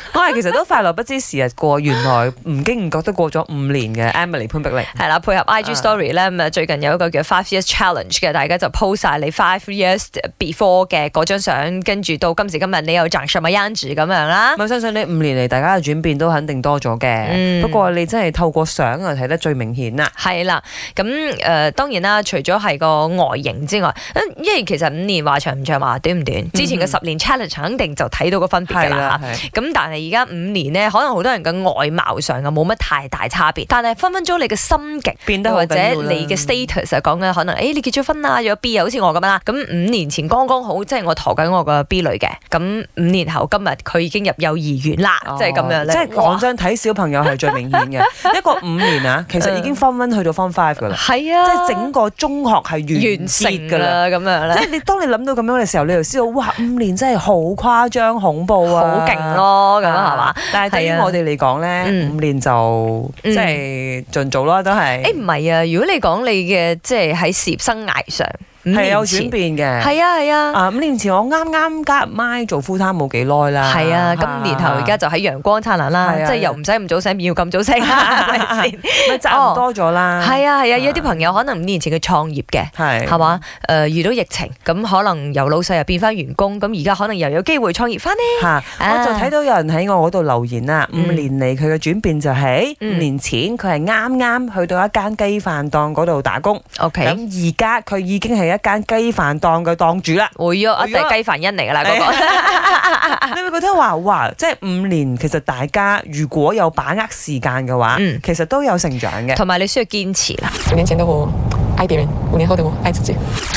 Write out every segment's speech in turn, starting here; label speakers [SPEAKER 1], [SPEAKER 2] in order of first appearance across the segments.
[SPEAKER 1] 我哦係其實都快樂不知時日過，原來唔經唔覺都過咗五年嘅 Emily 潘碧玲。
[SPEAKER 2] 係啦，配合 IG Story 咧，咁啊最近有一個叫 Five Years Challenge 嘅，大家就 po 晒你 Five Years Before 嘅嗰張相，跟住到今時今日你又賺什麼 y a n 咁樣啦。
[SPEAKER 1] 我相信呢五年嚟大家嘅轉變都肯定多咗嘅，
[SPEAKER 2] 嗯
[SPEAKER 1] 不過你真係透過相啊睇得最明顯啦。
[SPEAKER 2] 係啦，咁誒、呃、當然啦，除咗係個外形之外，嗯因因為其實五年話長唔長，話短唔短，之前嘅
[SPEAKER 1] 嗯
[SPEAKER 2] 十年 challenge 肯定就睇到個分別㗎啦。
[SPEAKER 1] 係，
[SPEAKER 2] 咁但係而家五年呢，可能好多人嘅外貌上啊冇乜太大差別，但係分分鐘你嘅心境
[SPEAKER 1] 變得好
[SPEAKER 2] 或者
[SPEAKER 1] 緊要啦
[SPEAKER 2] 你嘅 status 啊，講緊可能誒、哎你結咗婚啦，有 B 啊，好似我咁啦。咁五年前剛剛好，即係我陀緊我個 B 女嘅。咁五年後今日佢已經入幼兒園啦，即係咁樣
[SPEAKER 1] 哦
[SPEAKER 2] 咧。
[SPEAKER 1] 即係
[SPEAKER 2] 哇
[SPEAKER 1] 講真，睇小朋友係最明顯 嘅。一個五年啊，其實已經 form one 去到 form five 噶啦，
[SPEAKER 2] 係
[SPEAKER 1] 即
[SPEAKER 2] 嗯啊，
[SPEAKER 1] 係整個中學係
[SPEAKER 2] 完
[SPEAKER 1] 完成
[SPEAKER 2] 成
[SPEAKER 1] 噶
[SPEAKER 2] 㗎
[SPEAKER 1] 啦。
[SPEAKER 2] 啦，咁樣
[SPEAKER 1] 即
[SPEAKER 2] 咧。
[SPEAKER 1] 係你當你諗到咁樣嘅時候，你就知道哇，五年真係好誇張恐怖
[SPEAKER 2] 好
[SPEAKER 1] 啊，
[SPEAKER 2] 勁咯，咁樣係嘛
[SPEAKER 1] 啊？？但係對於
[SPEAKER 2] 係啊
[SPEAKER 1] 我哋嚟講咧，
[SPEAKER 2] 嗯
[SPEAKER 1] 五年就
[SPEAKER 2] 嗯
[SPEAKER 1] 即係盡早啦，都係
[SPEAKER 2] 誒唔係啊，如果你講你嘅即係喺事業生涯上，五
[SPEAKER 1] 係啊有
[SPEAKER 2] 年
[SPEAKER 1] 轉
[SPEAKER 2] 前
[SPEAKER 1] 變嘅。
[SPEAKER 2] 係啊係啊。
[SPEAKER 1] 啊，五年前我啱啱加入 My 做 full time 冇幾耐啦。
[SPEAKER 2] 係啊，咁年後而家就喺陽光燦爛啦，
[SPEAKER 1] 係啊
[SPEAKER 2] 即係又唔使咁早醒，要咁早醒啦，係咪先？
[SPEAKER 1] 咪賺唔多咗啦。
[SPEAKER 2] 哦係啊係啊，
[SPEAKER 1] 啊
[SPEAKER 2] 有啲朋友可能五年前佢創業嘅。
[SPEAKER 1] 係
[SPEAKER 2] 係嘛？誒、遇到疫情，咁可能由老細又變翻員工，咁而家可能又有機會創業翻呢。
[SPEAKER 1] 嚇我就睇
[SPEAKER 2] 到
[SPEAKER 1] 到有人喺我嗰度留言啦，五
[SPEAKER 2] 啊嗯
[SPEAKER 1] 年嚟佢嘅轉變就係五
[SPEAKER 2] 嗯
[SPEAKER 1] 年前佢係啱啱去到一間雞飯檔嗰度打工，
[SPEAKER 2] OK，
[SPEAKER 1] 咁而家佢已經係一間雞飯檔嘅檔主啦。
[SPEAKER 2] 會約一定係雞凡欣嚟㗎啦，嗰、個
[SPEAKER 1] 啊 你會覺得話哇，即係五年其實大家如果有把握時間嘅話，
[SPEAKER 2] 嗯
[SPEAKER 1] 其實都有成長嘅。
[SPEAKER 2] 同埋你需要堅持啦。
[SPEAKER 3] 五年前的我愛別人，五年後的我愛自己。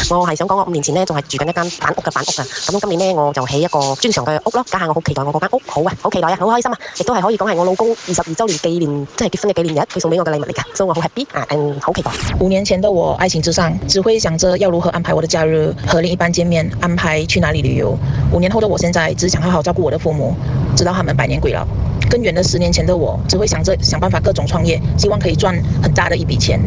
[SPEAKER 4] 我係想講，我五年前咧就係住緊一間板屋嘅板屋啊。咁今年咧我就起一個專常嘅屋咯。家下我好期待我嗰間屋，好啊，好期待啊，好開心啊！亦都係可以講係我老公二十二週年紀念，即係結婚嘅紀念日，佢送俾我嘅禮物嚟㗎，所以我好 happy 啊，and 好期待。
[SPEAKER 5] 五年前的我，爱情至上，只会想着要如何安排我的假日，和另一半见面，安排去哪里旅游。五年后的我现在，只想好好照顾我的父母，直到他们百年归老。更远的十年前的我，只会想着想办法各种创业，希望可以赚很大的一笔钱。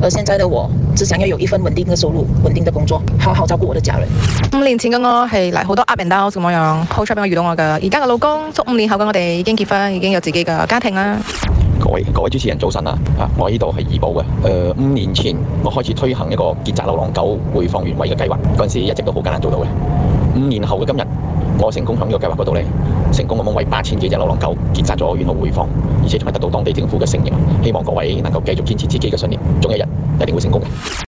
[SPEAKER 5] 而现在的我，只想要有一份稳定的收入、稳定的工作，好好照顾我的家人。
[SPEAKER 6] 五年前嘅我係嚟好多 up and down 咁樣，好彩俾我遇到我嘅而家嘅老公。足五年後嘅我哋已經結婚，已經有自己嘅家庭啦。
[SPEAKER 7] 各位各位主持人早晨啊！啊，我呢度係怡保嘅。誒、呃五年前我開始推行一個結紮流浪狗回放原位嘅計劃，嗰陣時一直都好艱難做到嘅。五年後嘅今日，我成功喺呢個計劃嗰度咧，成功咁樣為八千幾隻流浪狗結紮咗，然後回放，而且仲係得到當地政府嘅承認。希望各位能夠繼續堅持自己嘅信念，總有一日一定會成功嘅。